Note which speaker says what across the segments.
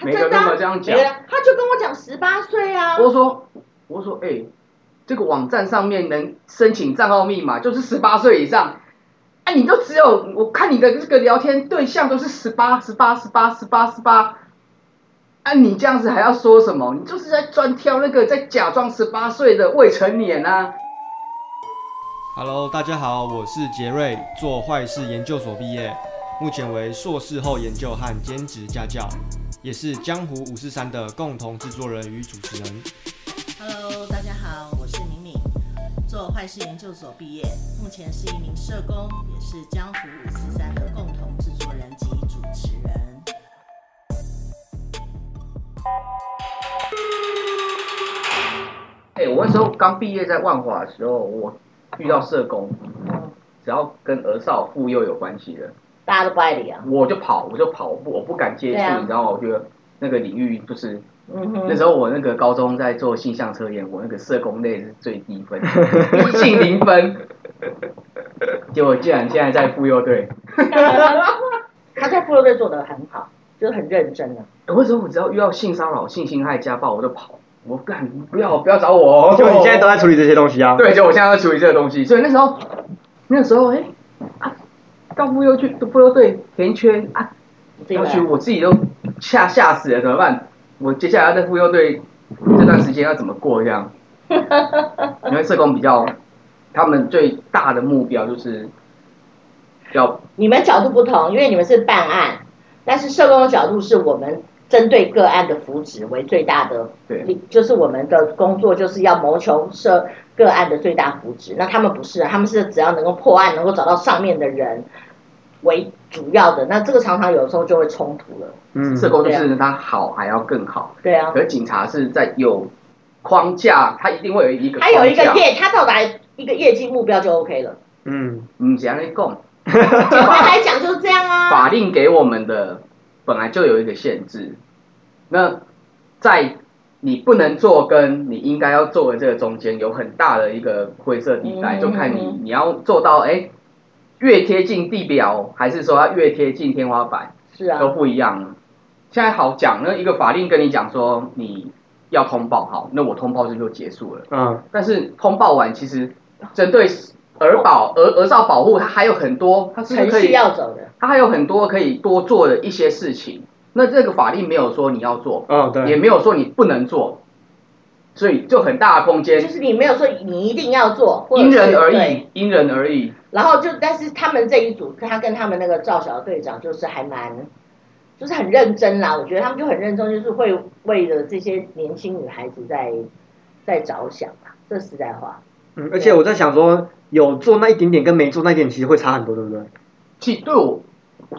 Speaker 1: 每个
Speaker 2: 真的
Speaker 1: 人都
Speaker 2: 啊、
Speaker 1: 有这样
Speaker 2: 每
Speaker 1: 讲
Speaker 2: 个。人他就跟我讲十八岁啊，
Speaker 1: 我说，我说，哎、这个网站上面能申请账号密码就是十八岁以上，啊，你都只有我看你的这个聊天对象都是十八、十八、十八、十八、十八，啊，你这样子还要说什么？你就是在专挑那个在假装十八岁的未成年啊。
Speaker 3: Hello，大家好，我是杰瑞，做坏事研究所毕业，目前为硕士后研究和兼职家教，也是江湖五四三的共同制作人与主持人。
Speaker 4: Hello，大家好，我是敏敏，做坏事研究所毕业，目前是一名社工，也是江湖五四三的共同制作人及主持人。
Speaker 1: 哎、我那时候刚毕业在万华的时候，我遇到社工，只要跟儿少妇幼有关系的，
Speaker 2: 大家都不爱理啊。
Speaker 1: 我就跑，我就跑，我不我不敢接触，
Speaker 2: 对啊
Speaker 1: 你知道吗？我觉得那个领域就是
Speaker 2: 嗯
Speaker 1: 那
Speaker 2: 哼，
Speaker 1: 时候我那个高中在做性向测验，我那个社工类是最低分， 一性零分，结果竟然现在在妇幼队。
Speaker 2: 他在妇幼队做的很好，就是很认真啊。
Speaker 1: 欸为什么我只要遇到性骚扰、性侵害、家暴，我就跑？我不敢，不要不要找我哦！
Speaker 5: 就你现在都在处理这些东西啊？，
Speaker 1: 对，就我现在在处理这个东西，所以那时候那时候哎、啊，到妇幼去妇幼队填缺啊，
Speaker 2: 对吧
Speaker 1: 要求我自己都吓吓死了，怎么办？我接下来要在妇幼队这段时间要怎么过这样？因为社工比较，他们最大的目标就是要
Speaker 2: 你们角度不同，因为你们是办案，但是社工的角度是我们针对个案的福祉为最大的，
Speaker 1: 对，
Speaker 2: 就是我们的工作就是要谋求社个案的最大福祉。那他们不是、啊，他们是只要能够破案，能够找到上面的人为主要的，那这个常常有时候就会冲突了。
Speaker 5: 嗯，
Speaker 1: 社工就是他好还要更好，
Speaker 2: 对啊
Speaker 1: 可，是警察是在有框架，他一定会有一个
Speaker 2: 他有一个
Speaker 1: 框架，
Speaker 2: 业，他到达一个业绩目标就 OK 了。
Speaker 5: 嗯，
Speaker 1: 嗯，只要你 讲。
Speaker 2: 简单来讲就是这样啊。
Speaker 1: 法令给我们的本来就有一个限制，那在你不能做跟你应该要做的这个中间有很大的一个灰色地带，
Speaker 2: 嗯
Speaker 1: 就看你
Speaker 2: 嗯
Speaker 1: 你要做到哎、诶越贴近地表，还是说要越贴近天花板，
Speaker 2: 是啊，
Speaker 1: 都不一样。现在好讲，那一个法令跟你讲说你要通报，好，那我通报这就结束了。
Speaker 5: 啊，
Speaker 1: 但是通报完，其实针对儿保、儿儿少保护，它还有很多，它是不是
Speaker 2: 程
Speaker 1: 可以
Speaker 2: 序要走的。
Speaker 1: 它还有很多可以多做的一些事情。那这个法令没有说你要做，
Speaker 5: 哦，
Speaker 1: 也
Speaker 5: 对，
Speaker 1: 没有说你不能做，所以就很大的空
Speaker 2: 就
Speaker 1: 间，
Speaker 2: 是你没有说你一定要做，或者
Speaker 1: 因人
Speaker 2: 是
Speaker 1: 而
Speaker 2: 对
Speaker 1: 异，因人而异。
Speaker 2: 然后就，但是他们这一组，他跟他们那个赵小队长就是还蛮，就是很认真啦。我觉得他们就很认真，就是会为了这些年轻女孩子在在着想吧。这实在话，
Speaker 5: 嗯，而且我在想说，有做那一点点跟没做那一点，其实会差很多，对不对？
Speaker 1: 其实对我，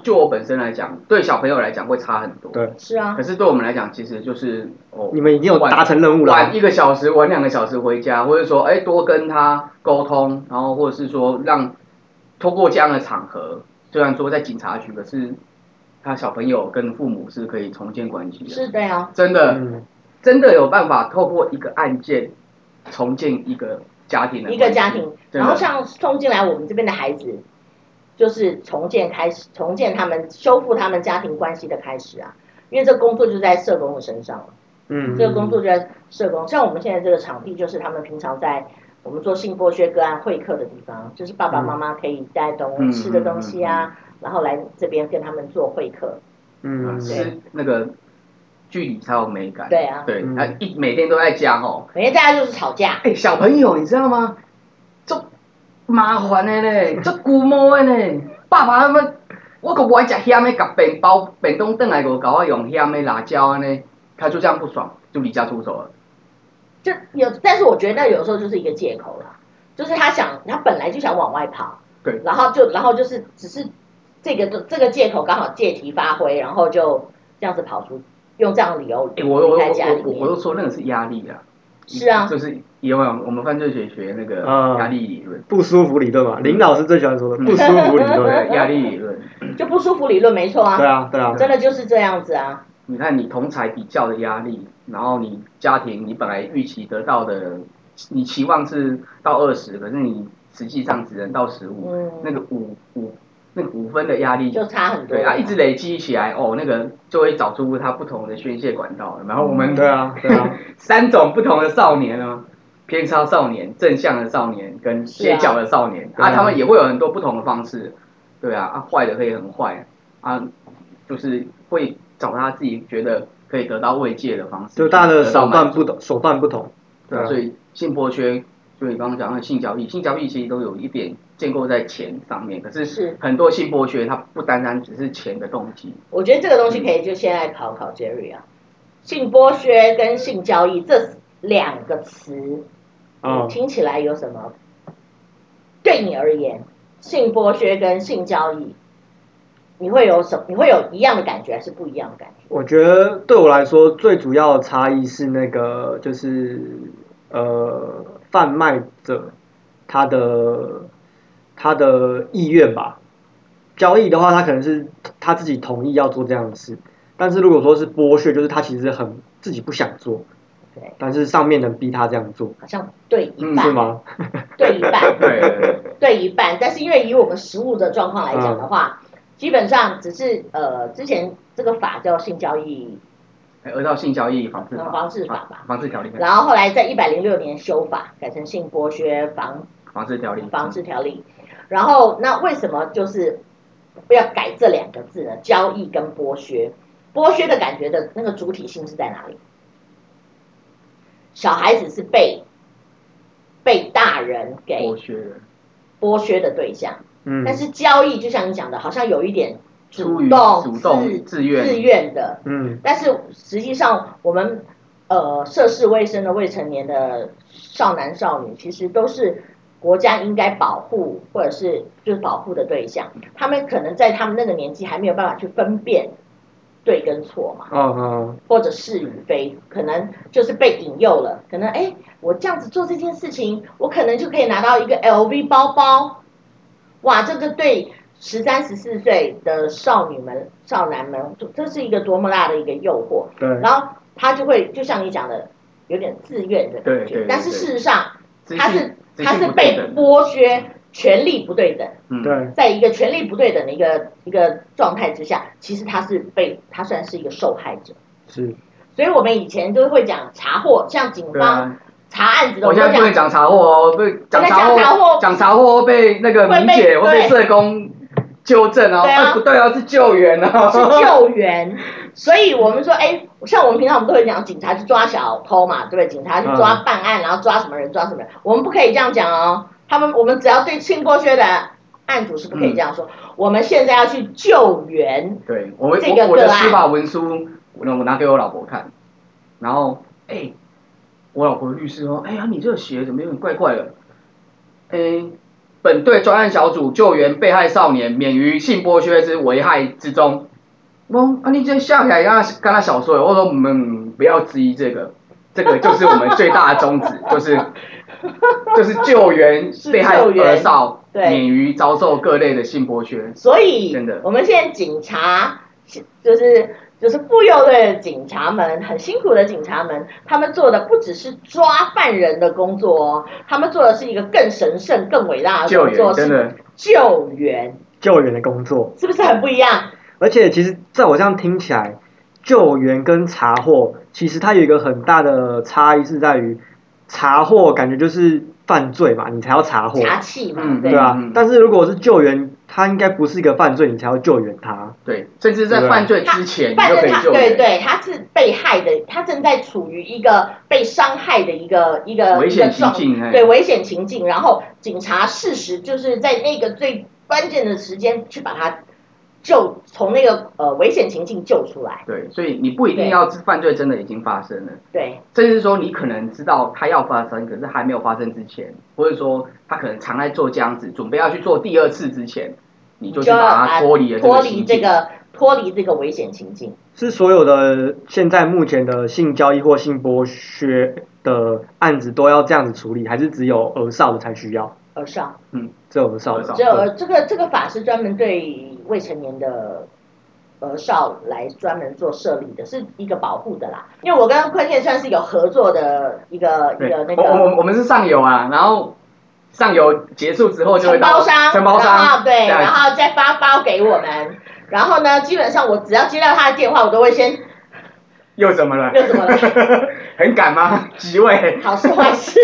Speaker 1: 就我本身来讲，对小朋友来讲会差很多。
Speaker 5: 对，
Speaker 2: 是啊
Speaker 1: 可，是对我们来讲，其实就是哦，
Speaker 5: 你们已经有达成任务
Speaker 1: 晚
Speaker 5: 了，啊
Speaker 1: 一个小时，晚两个小时回家，或者说，哎，多跟他沟通，然后或者是说让通过这样的场合，虽然说在警察局，可是他小朋友跟父母是可以重建关系的，
Speaker 2: 是的呀、
Speaker 1: 真的，
Speaker 5: 嗯，
Speaker 1: 真的有办法透过一个案件重建一个家庭的
Speaker 2: 一个家
Speaker 1: 关系
Speaker 2: 庭。
Speaker 1: 真
Speaker 2: 然
Speaker 1: 的
Speaker 2: 后像送进来我们这边的孩子，就是重建开始，重建他们修复他们家庭关系的开始啊。因为这工作就在社工的身上了。
Speaker 5: 嗯，
Speaker 2: 这个工作就在社工，像我们现在这个场地就是他们平常在我们做性剥削个案会客的地方，就是爸爸妈妈可以带东
Speaker 1: 嗯
Speaker 2: 西吃的东西啊，然后来这边跟他们做会客。
Speaker 5: 嗯，
Speaker 1: 是那个距离才有美感。
Speaker 2: 对啊
Speaker 1: 对
Speaker 5: 嗯
Speaker 1: 他一每天都在家吼，
Speaker 2: 每天大家就是吵架，
Speaker 1: 哎、小朋友，你知道吗？足麻烦的呢，足古摸的呢。爸爸他们，我可不爱食咸的，甲便包便当顿来给我搞我用咸的辣椒安尼，他就这样不爽，就离家出走了。
Speaker 2: 就有，但是我觉得那有时候就是一个借口啦，就是他想他本来就想往外跑，
Speaker 1: 对
Speaker 2: 然后就然后就是只是这个这个借口刚好借题发挥，然后就这样子跑出，用这样的理由
Speaker 1: 哎、我我我
Speaker 2: 离开家里
Speaker 1: 我我
Speaker 2: 面。
Speaker 1: 都说那个是压力啊。
Speaker 2: 是啊，
Speaker 1: 就是也有我们犯罪学学那个
Speaker 5: 啊
Speaker 1: 压力理论，
Speaker 5: 不舒服理论嘛，林老师最喜欢说的
Speaker 1: 嗯
Speaker 5: 不舒服理 论，
Speaker 1: 对压力理论。
Speaker 2: 就不舒服理论没错
Speaker 5: 对啊，对啊，
Speaker 2: 真的就是这样子啊。
Speaker 1: 你看你同才比较的压力，然后你家庭你本来预期得到的，你期望是到二十，可是你实际上只能到十五、
Speaker 2: 嗯
Speaker 1: 那个五五那个股分的压力
Speaker 2: 就差很多
Speaker 1: 对
Speaker 2: 了。
Speaker 1: 啊，一直累积起来哦，那个就会找出它不同的宣泄管道。然后我
Speaker 2: 嗯
Speaker 1: 们
Speaker 5: 对啊，对啊，
Speaker 1: 三种不同的少年呢，偏差少年、正向的少年跟
Speaker 2: 是啊
Speaker 1: 蹩脚的少年
Speaker 5: 对啊
Speaker 1: 啊，他们也会有很多不同的方式，对啊，啊坏的可以很坏啊，就是会找他自己觉得可以得到慰藉的方式，
Speaker 5: 就大家的
Speaker 1: 得到
Speaker 5: 手
Speaker 1: 满
Speaker 5: 段
Speaker 1: 足
Speaker 5: 不同，手段不同。
Speaker 1: 对
Speaker 5: 对
Speaker 1: 啊，
Speaker 5: 啊
Speaker 1: 所以性剥削，就你刚刚讲的性交易，性交易其实都有一点建构在钱上面，可
Speaker 2: 是
Speaker 1: 是很多性剥削它不单单只是钱的动机，
Speaker 2: 我觉得这个东西可以就现在考考 Jerry 啊，性剥削跟性交易这两个词，
Speaker 5: 啊
Speaker 2: 你听起来有什么？对你而言，性剥削跟性交易，你会有什么？你会有一样的感觉，还是不一样的感觉？
Speaker 5: 我觉得对我来说最主要的差异是那个就是呃贩卖者他的他的意愿吧。交易的话，他可能是他自己同意要做这样的事，但是如果说是剥削，就是他其实很自己不想做，
Speaker 2: 对，
Speaker 5: 但是上面能逼他这样做，
Speaker 2: 好像对一
Speaker 1: 嗯
Speaker 5: 是
Speaker 2: 半，
Speaker 5: 吗？
Speaker 2: 对一半，
Speaker 1: 对对对
Speaker 2: 对一半，但是因为以我们实物的状况来讲的话，基本上只是呃，之前这个法叫性交易，
Speaker 1: 对，而到性交易防治法，
Speaker 2: 防治嗯法吧
Speaker 1: 防治条例，
Speaker 2: 然后后来在一百零六年修法，改成性剥削防
Speaker 1: 防治条例，
Speaker 2: 防治条例。然后那为什么就是要改这两个字呢？交易跟剥削，剥削的感觉的那个主体性是在哪里？小孩子是被被大人
Speaker 1: 剥
Speaker 2: 给
Speaker 1: 削人，
Speaker 2: 剥削的对象，
Speaker 5: 嗯，
Speaker 2: 但是交易就像你讲的，好像有一点
Speaker 1: 出
Speaker 2: 主
Speaker 1: 于
Speaker 2: 动、
Speaker 1: 主动
Speaker 2: 自
Speaker 1: 自愿
Speaker 2: 自愿的，
Speaker 5: 嗯
Speaker 2: 但是实际上我们呃涉世未深的未成年的少男少女，其实都是国家应该保护或者是就是保护的对象，他们可能在他们那个年纪还没有办法去分辨对跟错嘛。
Speaker 5: 哦哦，
Speaker 2: 或者是与非，可能就是被引诱了，可能哎、诶我这样子做这件事情，我可能就可以拿到一个 LV 包包，哇，这个对十三十四岁的少女们、少男们，这这是一个多么大的一个诱惑，
Speaker 5: 对，
Speaker 2: 然后他就会就像你讲的，有点自愿的感
Speaker 1: 对
Speaker 2: 觉，
Speaker 1: 对对
Speaker 2: 但是事实上
Speaker 1: 资
Speaker 2: 他
Speaker 1: 讯
Speaker 2: 是
Speaker 1: 资
Speaker 2: 他
Speaker 1: 讯
Speaker 2: 是
Speaker 1: 不对
Speaker 2: 被
Speaker 1: 等，
Speaker 2: 剥削，权力不对等。
Speaker 1: 嗯，
Speaker 5: 对，啊
Speaker 2: 在一个权力不对等的一个一个状态之下，其实他是被他算是一个受害者。
Speaker 5: 是，
Speaker 2: 所以我们以前都会讲查获，像警
Speaker 1: 对
Speaker 2: 方
Speaker 1: 啊。
Speaker 2: 查案子的，
Speaker 1: 我现在不
Speaker 2: 们
Speaker 1: 能
Speaker 2: 都讲
Speaker 1: 讲查获哦，被讲
Speaker 2: 不能讲查
Speaker 1: 查
Speaker 2: 获
Speaker 1: 获，讲查获被那个
Speaker 2: 会被
Speaker 1: 民姐会
Speaker 2: 对
Speaker 1: 被社工纠正哦，
Speaker 2: 对啊
Speaker 1: 哎不对哦，是救援哦，
Speaker 2: 是救援，所以我们说，哎，像我们平常我们都会讲警察去抓小偷嘛，对不对？警察去
Speaker 1: 嗯
Speaker 2: 抓办案，然后抓什么人抓什么人，我们不可以这样讲哦。他们我们只要对性剥削的案主是不可以这样说，
Speaker 1: 嗯
Speaker 2: 我们现在要去救援，
Speaker 1: 对，我会
Speaker 2: 这个
Speaker 1: 我我的
Speaker 2: 个啊案
Speaker 1: 司法文书，我我拿给我老婆看，然后哎、我老婆的律师说，哎呀，你这个写得怎么有点怪怪的？哎、本队专案小组救援被害少年免于性剥削之危害之中。我说啊，你这下起来跟他跟他小说，我说我们不要质疑这个，这个就是我们最大的宗旨，就是就是救援
Speaker 2: 是
Speaker 1: 被害
Speaker 2: 救援
Speaker 1: 儿少
Speaker 2: 对
Speaker 1: 免于遭受各类的性剥削。
Speaker 2: 所以
Speaker 1: 真的
Speaker 2: 我们现在警察是就是。就是妇幼队的警察们，很辛苦的警察们，他们做的不只是抓犯人的工作哦，他们做的是一个更神圣、更伟大的
Speaker 1: 救
Speaker 2: 工作，
Speaker 1: 援真
Speaker 2: 是
Speaker 1: 的
Speaker 2: 救援，
Speaker 5: 救援的工作。
Speaker 2: 是不是很不一样？
Speaker 5: 而且其实在我这样听起来，救援跟查获其实它有一个很大的差异是在于，查获感觉就是犯罪嘛，你才要查获，
Speaker 2: 茶气嘛，
Speaker 1: 嗯
Speaker 2: 对
Speaker 5: 对
Speaker 2: 吧？
Speaker 5: 啊。
Speaker 1: 嗯
Speaker 5: 但是如果是救援，它应该不是一个犯罪，你才要救援它。
Speaker 1: 对，甚至在犯罪之前你
Speaker 2: 反
Speaker 1: 就可
Speaker 2: 正
Speaker 1: 以
Speaker 2: 他
Speaker 1: 救
Speaker 2: 对
Speaker 1: 援，
Speaker 2: 对，他是被害的，他正在处于一个被伤害的一个一个
Speaker 1: 危险
Speaker 2: 一个状
Speaker 1: 情境哎
Speaker 2: 对危险情境。然后警察适时就是在那个最关键的时间去把他救从那个呃危险情境救出来。
Speaker 1: 对所以你不一定要是犯罪真的已经发生了，
Speaker 2: 对，
Speaker 1: 甚至说你可能知道它要发生，可是还没有发生之前，或者说他可能常在做这样子，准备要去做第二次之前，你就去
Speaker 2: 就要
Speaker 1: 把
Speaker 2: 把
Speaker 1: 它脱离了这
Speaker 2: 脱
Speaker 1: 个
Speaker 2: 离
Speaker 1: 情
Speaker 2: 这
Speaker 1: 境。
Speaker 2: 个脱离这个危险情境。
Speaker 5: 是所有的现在目前的性交易或性剥削的案子都要这样子处理，还是只有儿少的才需要？
Speaker 2: 而上，
Speaker 5: 只有儿少
Speaker 1: 儿少
Speaker 5: 的，
Speaker 2: 只有这个这个法是专门对未成年的儿少来专门做设立的，是一个保护的啦。因为我跟坤宪算是有合作的一个一个那
Speaker 1: 我我
Speaker 2: 个，
Speaker 1: 我我们是上游啊，然后上游结束之后就会
Speaker 2: 承
Speaker 1: 到
Speaker 2: 包商，
Speaker 1: 承包
Speaker 2: 然后
Speaker 1: 商
Speaker 2: 对，
Speaker 1: 下
Speaker 2: 然后再发包给我们。然后呢，基本上我只要接到他的电话，我都会先
Speaker 1: 又怎么了？
Speaker 2: 又怎么了？
Speaker 1: 很赶吗？ 几位？
Speaker 2: 好事坏 事，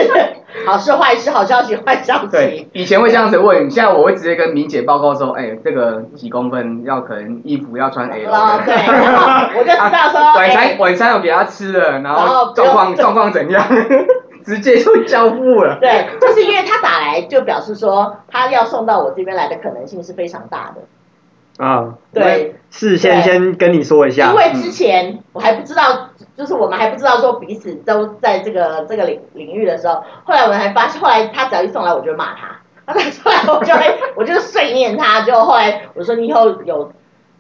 Speaker 2: 好事坏事，好消息坏消息
Speaker 1: 对。，以前会这样子问，现在我会直接跟明姐报告说，哎，这个几公分要可能衣服要穿 L
Speaker 2: 哦，对，
Speaker 1: 的。啊
Speaker 2: 然后我就知道说，哎
Speaker 1: 晚餐晚餐有给他吃了，然
Speaker 2: 然后
Speaker 1: 后
Speaker 2: 不用
Speaker 1: 状况状况怎样， 直接就交付了。
Speaker 2: 对，就是因为他打来就表示说他要送到我这边来的可能性是非常大的，
Speaker 5: 啊，
Speaker 2: 对，
Speaker 5: 事先
Speaker 2: 对
Speaker 5: 先跟你说一下
Speaker 2: 因，为之前我还不知道，就是我们还不知道说彼此都在这个这个领领域的时候，后来我们还发现，后来他只要一送来，我就会骂他，后来我就会 我就碎念他，就后来我说你以后有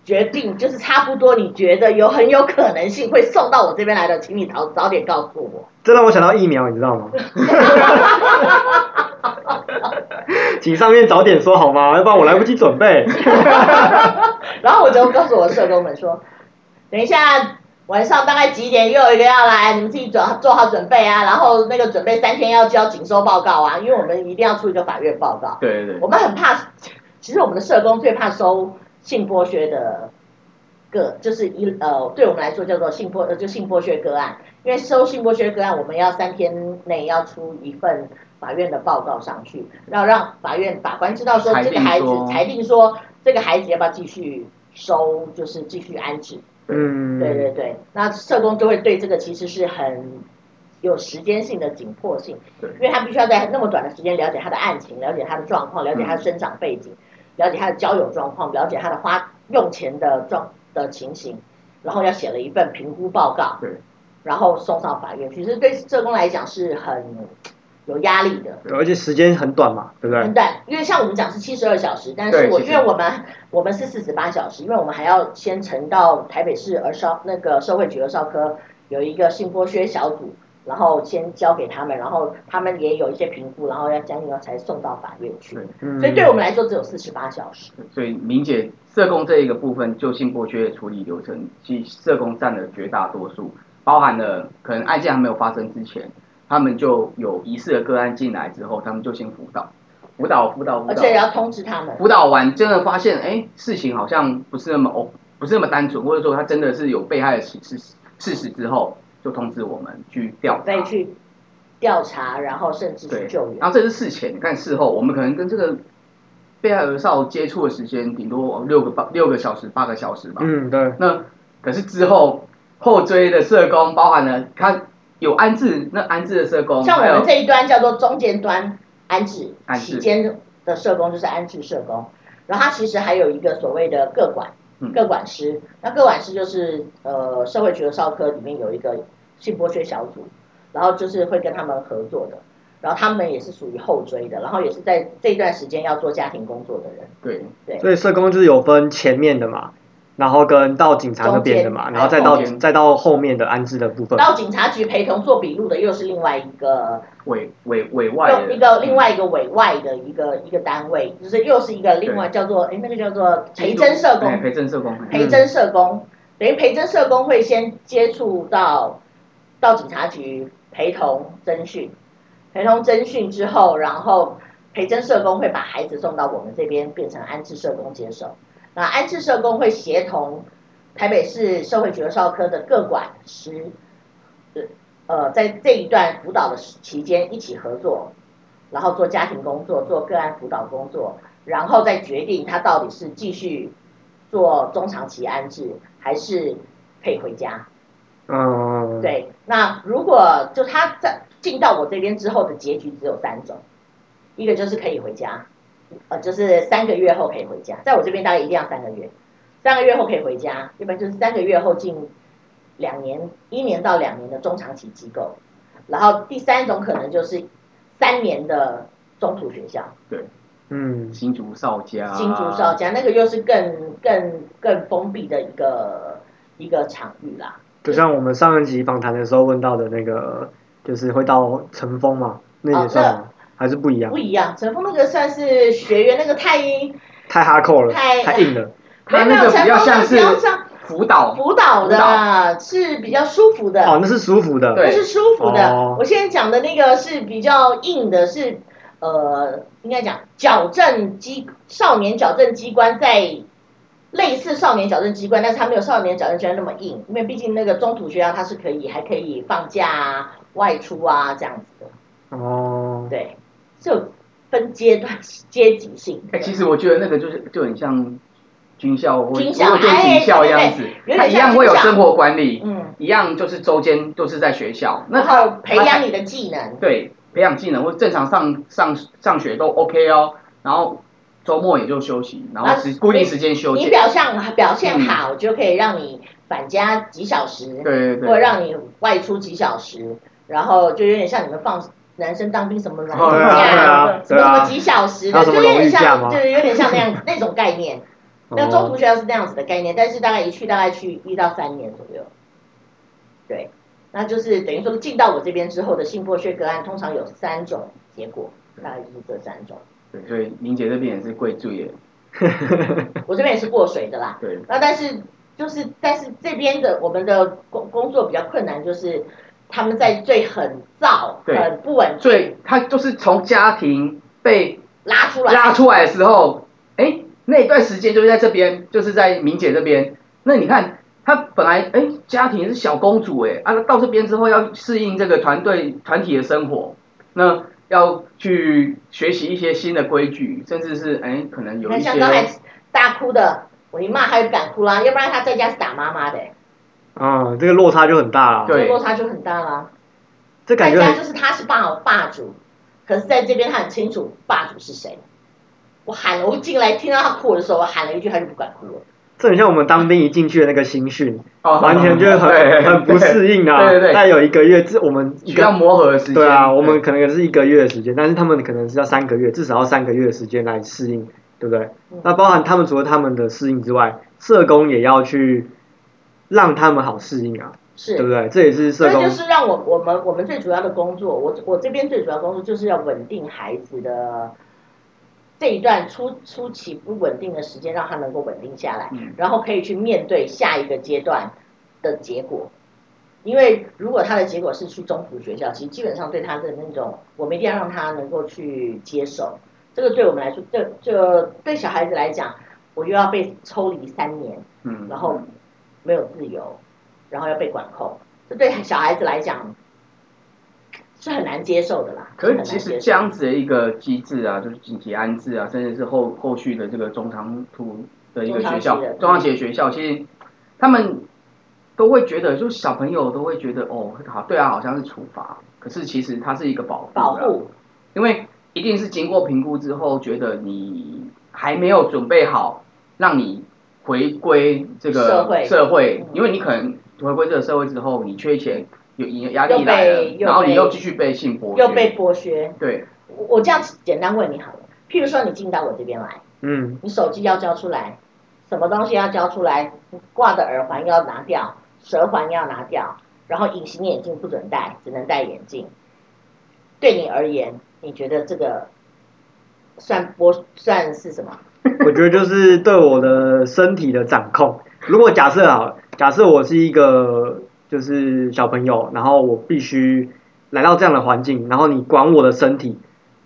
Speaker 2: 决定，就是差不多你觉得有很有可能性会送到我这边来的，请你早早点告诉我。
Speaker 5: 这让我想到疫苗，你知道吗？ 请上面早点说好吗？要不然我来不及准 备。
Speaker 2: 然后我就告诉我社工们说，等一下晚上大概几点又有一个要来，你们自己准做好准备啊。然后那个准备三天要交警收报告啊，因为我们一定要出一个法院报告。
Speaker 1: 对对
Speaker 2: 我
Speaker 1: 对，
Speaker 2: 们很怕，其实我们的社工最怕收性剥削的个，就是一呃，对我们来说叫做性剥呃，就性剥削个案。因为收性剥削个案，我们要三天内要出一份法院的报告上去，要让法院法官知道说
Speaker 1: 裁
Speaker 2: 这
Speaker 1: 定
Speaker 2: 个孩子
Speaker 1: 说
Speaker 2: 裁定说这个孩子要不要继续收，就是继续安置。
Speaker 5: 嗯，
Speaker 2: 对对对，那社工就会对这个其实是很有时间性的紧迫性，
Speaker 1: 对
Speaker 2: 因为他必须要在那么短的时间了解他的案情，了解他的状况，了解他的生长背景，了解他的交友状况，了解他的花用钱的状的情形，然后要写了一份评估报告，
Speaker 1: 对，
Speaker 2: 然后送上法院。其实对社工来讲是很有压力的，
Speaker 5: 而且时间很短嘛，对不
Speaker 2: 很
Speaker 5: 对？
Speaker 2: 短，因为像我们讲是七十二小时，但是
Speaker 1: 对
Speaker 2: 我
Speaker 1: 其
Speaker 2: 因
Speaker 1: 实
Speaker 2: 为我们我们是四十八小时，因为我们还要先呈到台北市儿少那个社会局儿少科有一个性剥削小组，然后先交给他们，然后他们也有一些评估，然后要将近要才送到法院去。
Speaker 1: 对
Speaker 5: 嗯
Speaker 2: 所以对我们来说只有四十八小时。
Speaker 1: 所以明姐社工这一个部分就性剥削的处理流程，其实社工占了绝大多数，包含了可能案件还没有发生之前，他们就有疑似的个案进来之后，他们就先辅导，辅导辅导辅
Speaker 2: 而
Speaker 1: 导
Speaker 2: 且，也要通知他们，
Speaker 1: 辅导完真的发现，哎，事情好像不是那么哦，不是那么单纯，或者说他真的是有被害的事事事实之后，就通知我们去调查
Speaker 2: 再。去调查，然后甚至去
Speaker 1: 对
Speaker 2: 救，援
Speaker 1: 然。后这是事前，你看事后，我们可能跟这个被害儿少接触的时间顶多哦六个八六个小时、八个小时吧。
Speaker 5: 嗯，对，
Speaker 1: 那可是之后后追的社工，包含了他有安置，那安置的社工，
Speaker 2: 像我
Speaker 1: 哦还有
Speaker 2: 们这一端叫做中间端安置
Speaker 1: 安置
Speaker 2: 期间的社工就是安置社工，然后他其实还有一个所谓的个管
Speaker 1: 嗯，
Speaker 2: 个管师，那个管师就是呃社会局的少科里面有一个性剥削小组，然后就是会跟他们合作的，然后他们也是属于后追的，然后也是在这一段时间要做家庭工作的人，
Speaker 1: 对
Speaker 5: 所以社工就是有分前面的嘛，然后跟到警察那边的嘛，
Speaker 2: 中间
Speaker 5: 然后再到
Speaker 1: 还有中间
Speaker 5: 再到后面的安置的
Speaker 1: 嗯
Speaker 5: 部分。
Speaker 2: 到警察局陪同做笔录的又是另外一个
Speaker 1: 委委委外
Speaker 2: 又
Speaker 1: 的嗯
Speaker 2: 一个另外一个委外的一个一个单位，就是又是一个另外叫做哎那个叫做
Speaker 1: 嗯
Speaker 2: 培真社
Speaker 1: 哎
Speaker 2: 工，
Speaker 1: 培真社工，
Speaker 2: 培真社工等于培真社工会先接触到到警察局陪同侦讯，陪同侦讯之后，然后培真社工会把孩子送到我们这边变成安置社工接手，那安置社工会协同台北市社会局儿少科的各管师。呃，在这一段辅导的时期间一起合作，然后做家庭工作，做个案辅导工作，然后再决定他到底是继续做中长期安置，还是可以回家。
Speaker 5: 嗯，，
Speaker 2: 对，那如果就他在进到我这边之后的结局只有三种，一个就是可以回家，呃，就是三个月后可以回家，在我这边大概一定要三个月，三个月后可以回家，要不然就是三个月后进两年一年到两年的中长期机构，然后第三种可能就是三年的中途学校，
Speaker 5: 嗯，
Speaker 1: 新竹少家，啊
Speaker 2: 新竹少家那个又是更更更封闭的一个一个场域啦，
Speaker 5: 就像我们上一集访谈的时候问到的那个，就是会到尘封嘛，那也算吗？还是不一
Speaker 2: 哦
Speaker 5: 样
Speaker 2: 不，一样。陈峰那个算是学员，那个太医
Speaker 5: 太哈扣了，
Speaker 2: 太
Speaker 5: 太硬了。
Speaker 1: 他那个比较像是
Speaker 2: 没有陈峰那个比较像
Speaker 1: 辅导，
Speaker 2: 辅导的，是比较舒服的，
Speaker 5: 哦，那是舒服的。
Speaker 1: 对
Speaker 2: 那是舒服的
Speaker 5: 哦。
Speaker 2: 我现在讲的那个是比较硬的，是呃，应该讲矫正机少年矫正机关在类似少年矫正机关，但是它没有少年矫正机关那么硬，因为毕竟那个中途学校它是可以还可以放假啊、外出啊这样子的，
Speaker 5: 哦，
Speaker 2: 对，是有分阶段阶级性的。
Speaker 1: 哎、其实我觉得那个就是就很像军校或
Speaker 2: 军校
Speaker 1: 或对
Speaker 2: 哎
Speaker 1: 警校一样子
Speaker 2: 对对，对
Speaker 1: 它
Speaker 2: 有点像
Speaker 1: 一样会有
Speaker 2: 军校
Speaker 1: 生活管理，
Speaker 2: 嗯，
Speaker 1: 一样就是周间都是在学校，那
Speaker 2: 然
Speaker 1: 他
Speaker 2: 后培养你的技能，
Speaker 1: 对培养技能或正常上上上学都 OK 哦，然后周末也就休息，然后时
Speaker 2: 那
Speaker 1: 固定时间休
Speaker 2: 你
Speaker 1: 假，
Speaker 2: 表现表
Speaker 1: 嗯
Speaker 2: 现好，就可以让你返家几小时，
Speaker 1: 对
Speaker 2: 或
Speaker 1: 对
Speaker 2: 者
Speaker 1: 对，
Speaker 2: 让你外出几小时，然后就有点像你们放男生当兵什么软
Speaker 5: 哦
Speaker 2: 假、
Speaker 5: 对啊
Speaker 2: 什
Speaker 5: 对啊对
Speaker 2: 么
Speaker 5: 啊
Speaker 2: 什么几小时
Speaker 5: 还有
Speaker 2: 的，
Speaker 5: 什
Speaker 2: 就有
Speaker 5: 么
Speaker 2: 点
Speaker 5: 荣誉假吗
Speaker 2: 像，就是有点像那样那种概 念。那个中途
Speaker 5: 哦
Speaker 2: 学校是那样子的概念，但是大概一去大概去一到三年左右。对，那就是等于说进到我这边之后的性剥削个案，通常有三种结果，大概就是这三种。
Speaker 1: 对所以明姐这边也是贵注耶，
Speaker 2: 我这边也是过水的啦。
Speaker 1: 对，
Speaker 2: 那但是就是，但是这边的我们的工工作比较困难，就是他们在最很燥、
Speaker 1: 对
Speaker 2: 很不稳
Speaker 1: 所
Speaker 2: 定
Speaker 1: 以他就是从家庭被
Speaker 2: 拉出来，
Speaker 1: 拉出来的时候，哎，那一段时间就是在这边，就是在明姐这边。那你看，她本来哎家庭是小公主哎，啊到这边之后要适应这个团队团体的生活，那要去学习一些新的规矩，甚至是哎可能
Speaker 2: 你
Speaker 1: 有
Speaker 2: 看
Speaker 1: 一
Speaker 2: 像刚才
Speaker 1: 些
Speaker 2: 大哭的，我一骂他也不敢哭啦，要不然他在家是打妈妈的、
Speaker 5: 嗯，这个落差就很大了。
Speaker 1: 对
Speaker 2: 落差就很大啦。
Speaker 5: 这感觉
Speaker 2: 在家
Speaker 5: 很
Speaker 2: 就是他是霸霸主，可是在这边他很清楚霸主是谁。我喊了，我进来听到他哭的时候，我喊了一句，他就不敢哭了。
Speaker 5: 这很像我们当兵一进去的那个新训，
Speaker 1: 哦
Speaker 5: 完全就是
Speaker 1: 对
Speaker 5: 很很不适应啊。
Speaker 1: 对对
Speaker 5: 但
Speaker 1: 对，
Speaker 5: 有一个月，这我们一
Speaker 1: 需要
Speaker 5: 个
Speaker 1: 磨合的时间。
Speaker 5: 对啊，我们可能也是一个月的时间，但是他们可能是要三个月，至少要三个月的时间来适应，对不对
Speaker 2: 嗯？
Speaker 5: 那包含他们除了他们的适应之外，社工也要去让他们好适应啊，
Speaker 2: 是，
Speaker 5: 对不对？这也是
Speaker 2: 所
Speaker 5: 社
Speaker 2: 以
Speaker 5: 工
Speaker 2: 就是让我我们我们最主要的工作，我我这边最主要工作就是要稳定孩子的这一段初初期不稳定的时间，让他能够稳定下来，
Speaker 1: 嗯
Speaker 2: 然后可以去面对下一个阶段的结果。因为如果他的结果是去中途学校，其实基本上对他的那种，我们一定要让他能够去接受。这个对我们来说，这这对小孩子来讲，我又要被抽离三年，
Speaker 1: 嗯，
Speaker 2: 然后没有自由，然后要被管控，这对小孩子来讲是很难接受的啦。
Speaker 1: 可是
Speaker 2: 很难
Speaker 1: 其实
Speaker 2: 接受
Speaker 1: 这样子的一个机制啊，就是紧急安置啊，甚至是后后续的这个中长途的一个学校
Speaker 2: 中长期的，
Speaker 1: 中长期的学校，其实他们都会觉得，就是小朋友都会觉得，哦，好，对啊，好像是处罚，可是其实它是一个保护、啊
Speaker 2: 保，护
Speaker 1: 因为一定是经过评估之后，觉得你还没有准备好，让你回归这个
Speaker 2: 社会
Speaker 1: 社会
Speaker 2: 嗯
Speaker 1: 因为你可能回归这个社会之后，你缺钱，有压
Speaker 2: 又
Speaker 1: 力
Speaker 2: 被
Speaker 1: 来了，
Speaker 2: 又
Speaker 1: 然后你
Speaker 2: 被
Speaker 1: 又继续被性剥削，
Speaker 2: 又被剥削。
Speaker 1: 对。
Speaker 2: 我我这样简单问你好了，譬如说你进到我这边来，
Speaker 5: 嗯
Speaker 2: 你手机要交出来，什么东西要交出来，你挂的耳环要拿掉，舌环要拿掉，然后隐形眼镜不准戴，只能戴眼镜。对你而言，你觉得这个算剥算是什么？
Speaker 5: 我觉得就是对我的身体的掌控。如果假设好了，假设我是一个就是小朋友，然后我必须来到这样的环境，然后你管我的身体，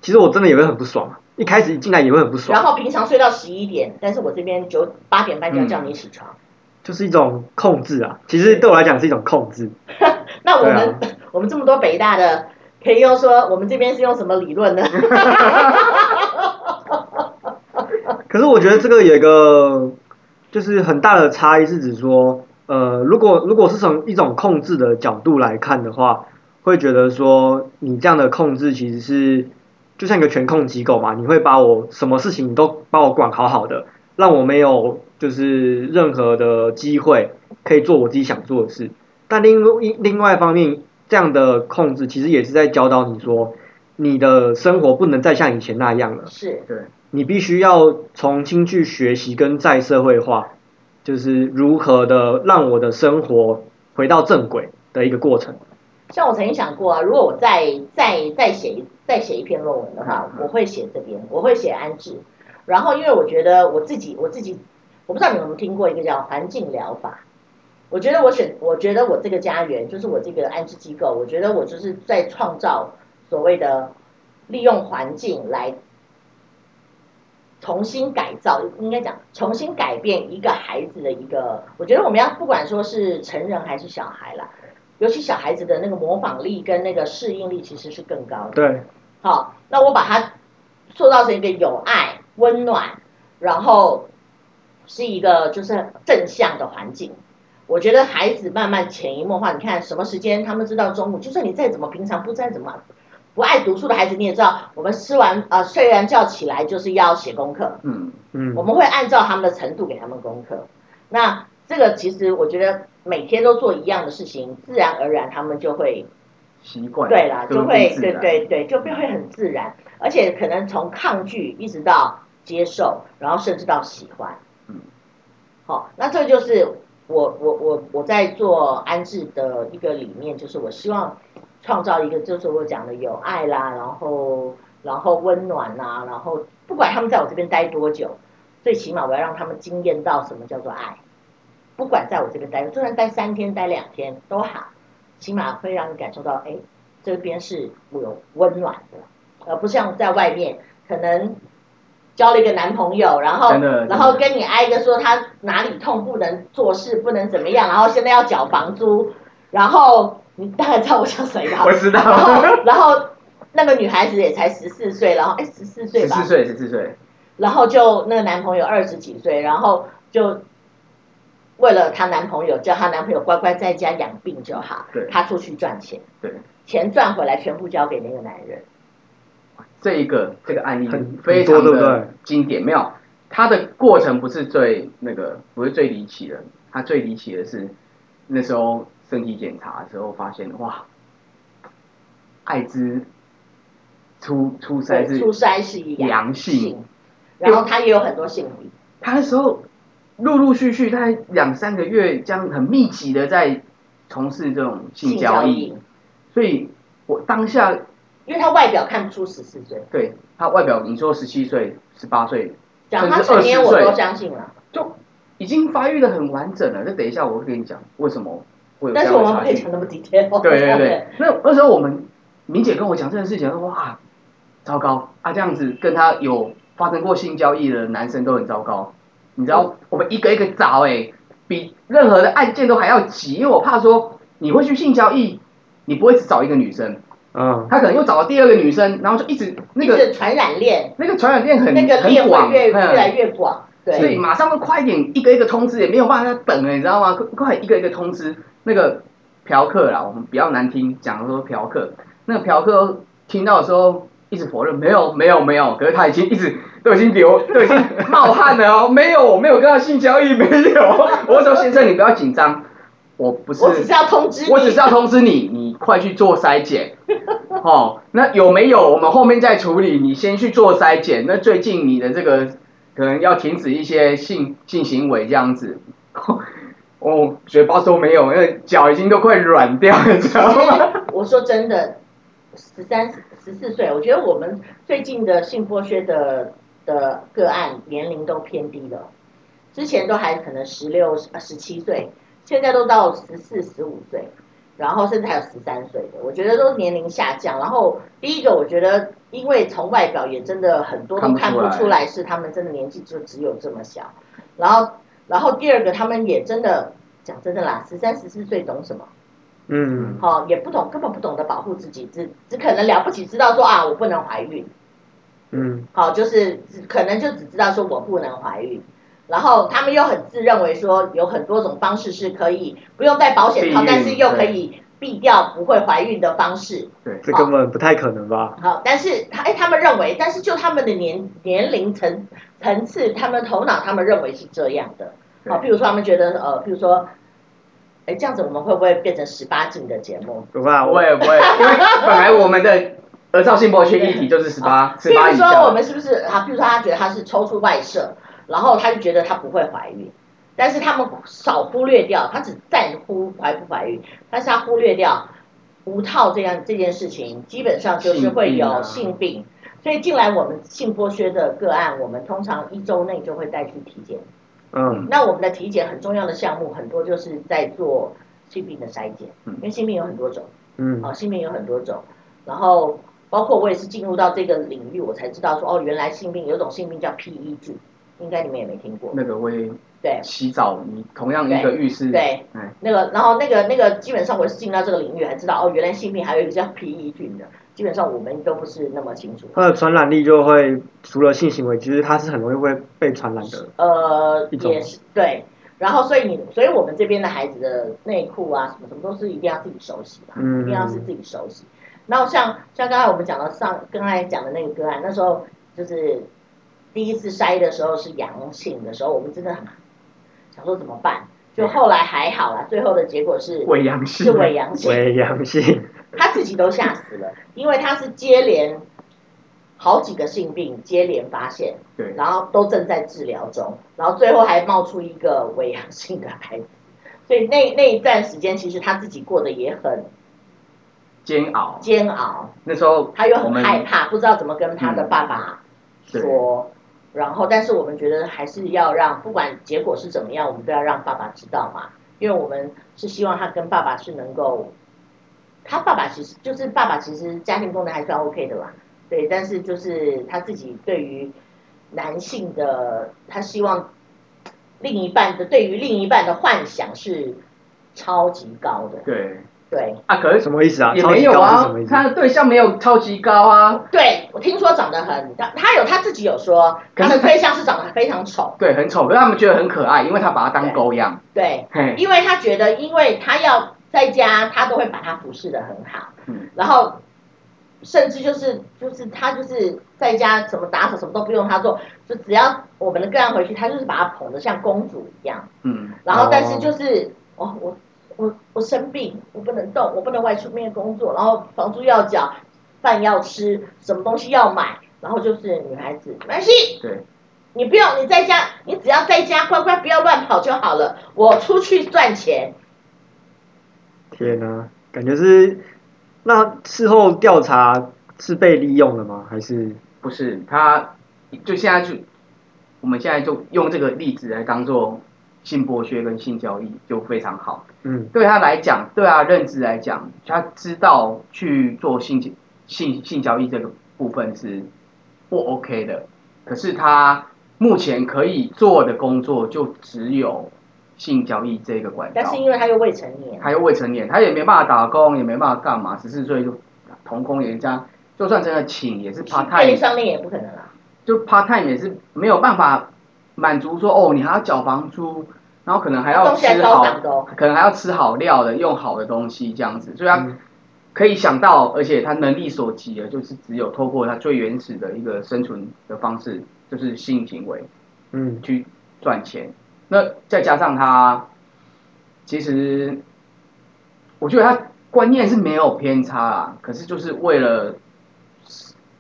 Speaker 5: 其实我真的也会很不爽。啊一开始一进来也会很不
Speaker 2: 然
Speaker 5: 爽，
Speaker 2: 后平常睡到十一点，但是我这边九八点
Speaker 5: 嗯
Speaker 2: 半就要叫你起床。
Speaker 5: 就是一种控制啊。其实对我来讲是一种控制。
Speaker 2: 那我们、
Speaker 5: 对啊
Speaker 2: 我们这么多北大的，可以用说我们这边是用什么理 论呢？
Speaker 5: 可是我觉得这个有一个就是很大的差异，是指说，呃，如果如果是从一种控制的角度来看的话，会觉得说你这样的控制其实是就像一个权控机构嘛，你会把我什么事情都把我管好好的，让我没有就是任何的机会可以做我自己想做的事。但另另另外一方面，这样的控制其实也是在教导你说，你的生活不能再像以前那样了。
Speaker 2: 是
Speaker 1: 对，
Speaker 5: 你必须要重新去学习跟再社会化，就是如何的让我的生活回到正轨的一个过程。
Speaker 2: 像我曾经想过啊，如果我再再再写一再写一篇论文的话
Speaker 1: 嗯，嗯
Speaker 2: 我会写这边，我会写安置。然后因为我觉得我自己我自己，我不知道你们有没有听过一个叫环境疗法。我觉得我选，我觉得我这个家园就是我这个安置机构，我觉得我就是在创造所谓的利用环境来重新改造，应该讲重新改变一个孩子的一个，我觉得我们要不管说是成人还是小孩啦，尤其小孩子的那个模仿力跟那个适应力其实是更高的。
Speaker 5: 对，
Speaker 2: 好，那我把它塑造成一个有爱、温暖，然后是一个就是正向的环境。我觉得孩子慢慢潜移默化，你看什么时间他们知道中午，就算你再怎么平常不再怎么不爱读书的孩子，你也知道，我们吃完呃睡完觉起来就是要写功课，
Speaker 1: 嗯，
Speaker 5: 嗯
Speaker 2: 我，们会按照他们的程度给他们功课。那这个其实我觉得每天都做一样的事情，自然而然他们就会
Speaker 1: 习惯
Speaker 2: 对啦，就
Speaker 1: 都
Speaker 2: 会
Speaker 1: 自
Speaker 2: 对
Speaker 1: 然
Speaker 2: 对对，就会很自然，而且可能从抗拒一直到接受，然后甚至到喜欢。
Speaker 1: 嗯
Speaker 2: 好、那这就是我我我我在做安置的一个理念，就是我希望创造一个，就是我讲的有爱啦，然后然后温暖啦，然后不管他们在我这边待多久，最起码我要让他们惊艳到什么叫做爱。不管在我这边待，就算待三天、待两天都好，起码会让你感受到，哎，这边是我有温暖的，而不像在外面可能交了一个男朋友，然后
Speaker 1: 真的
Speaker 2: 然后
Speaker 1: 真的
Speaker 2: 跟你挨一个说他哪里痛，不能做事，不能怎么样，然后现在要缴房租，然后你大概知道我想谁吧？
Speaker 1: 我知道
Speaker 2: 然后然后那个女孩子也才十四岁，然后哎十四岁
Speaker 1: 十
Speaker 2: 吧，
Speaker 1: 四岁，十四岁，
Speaker 2: 然后就那个男朋友二十几岁，然后就为了她男朋友，叫她男朋友乖乖在家养病就好
Speaker 1: 对，
Speaker 2: 她出去赚钱，
Speaker 1: 对，
Speaker 2: 钱赚回来全部交给那个男人。
Speaker 1: 这一个这个案例
Speaker 5: 很
Speaker 1: 非常
Speaker 5: 很多对不对
Speaker 1: 的经典，没有，它的过程不是最那个，不是最离奇的，它最离奇的是那时候身体检查的时候发现，哇，艾滋初初
Speaker 2: 对
Speaker 1: 筛，是
Speaker 2: 出筛是一
Speaker 1: 阳性，
Speaker 2: 然后他也有很多性病，
Speaker 1: 他那时候陆陆续续大概两三个月，这样很密集的在从事这种性交易，，所以我当下
Speaker 2: 因为他外表看不出十四岁，
Speaker 1: 对他外表，你说十七岁、十八岁，
Speaker 2: 讲
Speaker 1: 甚
Speaker 2: 他
Speaker 1: 至
Speaker 2: 成
Speaker 1: 20
Speaker 2: 年我
Speaker 1: 岁
Speaker 2: 都相信了，
Speaker 1: 就已经发育的很完整了。这等一下我会跟你讲为什么会有这
Speaker 2: 但
Speaker 1: 样
Speaker 2: 是我
Speaker 1: 的
Speaker 2: 们不
Speaker 1: 差
Speaker 2: 可以
Speaker 1: 距
Speaker 2: 讲。那么 detail。
Speaker 1: 对对对，那那时候我们明姐跟我讲这件事情，说哇，糟糕啊，这样子跟他有发生过性交易的男生都很糟糕。你
Speaker 2: 嗯
Speaker 1: 知道我们一个一个找、欸，比任何的案件都还要急，因为我怕说你会去性交易，你不会只找一个女生，
Speaker 5: 嗯，
Speaker 1: 他可能又找了第二个女生，然后就一直那
Speaker 2: 就
Speaker 1: 个
Speaker 2: 是传染链，
Speaker 1: 那个传染链很
Speaker 2: 那个链会
Speaker 1: 很广，
Speaker 2: 越越
Speaker 1: 嗯
Speaker 2: 来越广，
Speaker 1: 所
Speaker 2: 对，
Speaker 1: 以马上都快一点，一个一个通知也没有办法再等了，你知道吗？快快一个一个通知那个嫖客啦，我们比较难听讲说嫖客，那个嫖客听到的时候一直否认，没有没有没有，可是他已经一直都已经 流都已经冒汗了哦，没有我没有跟他性交易，没有。我说先生你不要紧张，我不是
Speaker 2: 我只是要通知你，
Speaker 1: 我只是要通知你，你快去做 筛检。哦，那有没有我们后面再处理？你先去做筛检。那最近你的这个可能要停止一些性性行为这样子。 哦，嘴巴说没有，那脚已经都快软掉了，你知 道吗？
Speaker 2: 我说真的，十三、十四岁，我觉得我们最近的性剥削的的个案年龄都偏低了，之前都还可能十六、十七岁，现在都到十四、十五岁，然后甚至还有十三岁的，我觉得都年龄下降。然后第一个，我觉得因为从外表也真的很多都看
Speaker 1: 看
Speaker 2: 不
Speaker 1: 不出来
Speaker 2: 出来是他们真的年纪就只有这么小，然后然后第二个，他们也真的讲真的啦，十三、十四岁懂什么？
Speaker 5: 嗯，
Speaker 2: 哦，也不懂，根本不懂得保护自己，只只可能了不起知道说啊，我不能怀孕，
Speaker 5: 嗯，
Speaker 2: 好、就是只可能就只知道说我不能怀孕，然后他们又很自认为说有很多种方式是可以不用戴保险套，
Speaker 1: 避孕
Speaker 2: 但是又可以避掉不会怀孕的方式，
Speaker 1: 对，
Speaker 5: 这根本不太可能吧？
Speaker 2: 好，但是他哎，他们认为，但是就他们的年年龄层层次，他们头脑，他们认为是这样的。好，譬
Speaker 1: 对
Speaker 2: 如说他们觉得呃，譬如说，哎，这样子我们会不会变成十八禁的节目？
Speaker 5: 不会啊，
Speaker 1: 不
Speaker 5: 我
Speaker 1: 会不会，因为本来我们的儿少性剥削议题就是十八十
Speaker 2: 譬
Speaker 1: 八
Speaker 2: 如
Speaker 1: 以
Speaker 2: 说，我
Speaker 1: 下
Speaker 2: 们，是不是啊？譬如说，他觉得他是抽出外射，然后他就觉得他不会怀孕，但是他们少忽略掉，他只在乎怀不怀孕，但是他忽略掉无套这样这件事情，基本上就是会有性
Speaker 1: 性
Speaker 2: 病。所以进来我们性剥削的个案，我们通常一周内就会带去体检。
Speaker 5: 嗯，
Speaker 2: 那我们的体检很重要的项目，很多就是在做性病的筛检，因为性病有很多种。
Speaker 5: 嗯
Speaker 2: 哦，性病有很多种，然后包括我也是进入到这个领域，我才知道说哦，原来性病有种性病叫 PEG，应该你们也没听过。
Speaker 1: 那个我也
Speaker 2: 对
Speaker 1: 洗澡，你同样一个浴室，
Speaker 2: 对
Speaker 1: 哎，
Speaker 2: 那个，然后那个那个，基本上我是进到这个领域才知道哦，原来性病还有一个叫 PE 菌的，基本上我们都不是那么清楚。
Speaker 5: 它的传染力就会除了性行为，其实它是很容易会被传染的。
Speaker 2: 呃，
Speaker 5: 一种
Speaker 2: 也是对。然后，所以你，所以我们这边的孩子的内裤啊，什么什么都是一定要自己手洗嘛，
Speaker 5: 嗯
Speaker 2: 一定要是自己手洗。然后像像刚才我们讲到上，刚才讲的那个个案，那时候就是第一次筛的时候是阳性的时候，我们真的很想说怎么办，就后来还好啦，最后的结果是
Speaker 1: 伪阳性
Speaker 2: 是伪阳性，
Speaker 5: 伪阳性，
Speaker 2: 他自己都吓死了，因为他是接连好几个性病接连发现，
Speaker 1: 对，
Speaker 2: 然后都正在治疗中，然后最后还冒出一个伪阳性的孩子，所以那那一段时间其实他自己过得也很
Speaker 1: 煎熬。
Speaker 2: 煎熬，
Speaker 1: 那时候
Speaker 2: 他又
Speaker 1: 我
Speaker 2: 很
Speaker 1: 们
Speaker 2: 害怕，不知道怎么跟他的爸爸
Speaker 1: 对
Speaker 2: 说。然后，但是我们觉得还是要让，不管结果是怎么样，我们都要让爸爸知道嘛，因为我们是希望他跟爸爸是能够，他爸爸其实就是爸爸，其实家庭功能还算 OK 的啦，对，但是就是他自己对于男性的，他希望另一半的对于另一半的幻想是超级高的，
Speaker 1: 对
Speaker 2: 对
Speaker 1: 啊，可是
Speaker 5: 什么意思啊？
Speaker 1: 也
Speaker 5: 超
Speaker 1: 没
Speaker 5: 级
Speaker 1: 有
Speaker 5: 高是
Speaker 1: 啊
Speaker 5: 什么意，思？
Speaker 1: 他的对象没有超级高啊，
Speaker 2: 对，我听说长得很，他他有他自己有说，
Speaker 1: 可
Speaker 2: 他
Speaker 1: 是
Speaker 2: 的对象是长得非常丑，
Speaker 1: 对，很丑，可是他们觉得很可爱，因为他把它当狗养，
Speaker 2: 对，
Speaker 1: 嘿，
Speaker 2: 因为他觉得，因为他要在家，他都会把他服侍的很好，
Speaker 1: 嗯
Speaker 2: 然后甚至就是就是他就是在家怎么打扫什么都不用他做，就只要我们的个案回去，他就是把他捧得像公主一样，
Speaker 1: 嗯，
Speaker 2: 然后
Speaker 5: 哦
Speaker 2: 但是就是哦我。我我生病，我不能动，我不能外出面工作，然后房租要缴，饭要吃，什么东西要买，然后就是女孩子，没关系，
Speaker 1: 对，
Speaker 2: 你不用，你在家，你只要在家乖乖不要乱跑就好了。我出去赚钱，
Speaker 5: 天哪、感觉是那事后调查是被利用了吗？还是
Speaker 1: 不是他，就现在就，我们现在就用这个例子来当做性剥削跟性交易，就非常好。
Speaker 5: 嗯
Speaker 1: 对他来讲，对他认知来讲，他知道去做性性性交易这个部分是不 OK 的。可是他目前可以做的工作就只有性交易这个管道
Speaker 2: 但，是因为他又未成年，
Speaker 1: 还有未成年，他也没办法打工，也没办法干嘛，十四岁就童工人家，就算真的请也是
Speaker 2: 去
Speaker 1: part
Speaker 2: 便利
Speaker 1: time，
Speaker 2: 商店也不可能啦。
Speaker 1: 就 part time 也是没有办法满足说哦，你还要缴房租，然后可能还要
Speaker 2: 东西还
Speaker 1: 吃
Speaker 2: 高
Speaker 1: 好
Speaker 2: 档的哦，
Speaker 1: 可能还要吃好料的，用好的东西这样子，所以他
Speaker 5: 嗯
Speaker 1: 可以想到，而且他能力所及的，就是只有透过他最原始的一个生存的方式，就是性行为
Speaker 5: 嗯
Speaker 1: 去赚钱。那再加上他，其实我觉得他观念是没有偏差啊，可是就是为了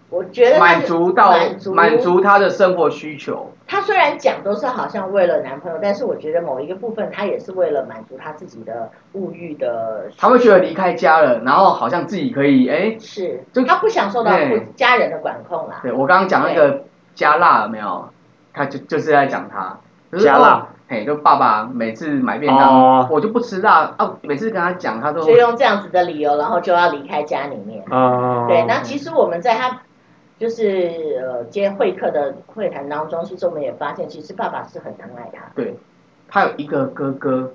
Speaker 2: 我觉得他
Speaker 1: 满足到
Speaker 2: 满足
Speaker 1: 满足他的生活需求，
Speaker 2: 他虽然讲都是好像为了男朋友，但是我觉得某一个部分他也是为了满足他自己的物欲的。
Speaker 1: 他会觉得离开家了，然后好像自己可以哎。
Speaker 2: 是
Speaker 1: 就，
Speaker 2: 他不想受到
Speaker 1: 对
Speaker 2: 不家人的管控啦。
Speaker 1: 对我刚刚讲那个加辣有没有？他就就是在讲他就是
Speaker 5: 加辣
Speaker 1: 哦嘿，就爸爸每次买便当，
Speaker 5: 哦
Speaker 1: 我就不吃辣啊，每次跟他讲，他都
Speaker 2: 就用这样子的理由，然后就要离开家里面。
Speaker 1: 哦
Speaker 5: 啊，
Speaker 2: 对，那其实我们在他就是呃接会客的会谈当中，其实我们也发现，其实爸爸是很疼爱他，
Speaker 1: 对，他有一个哥哥，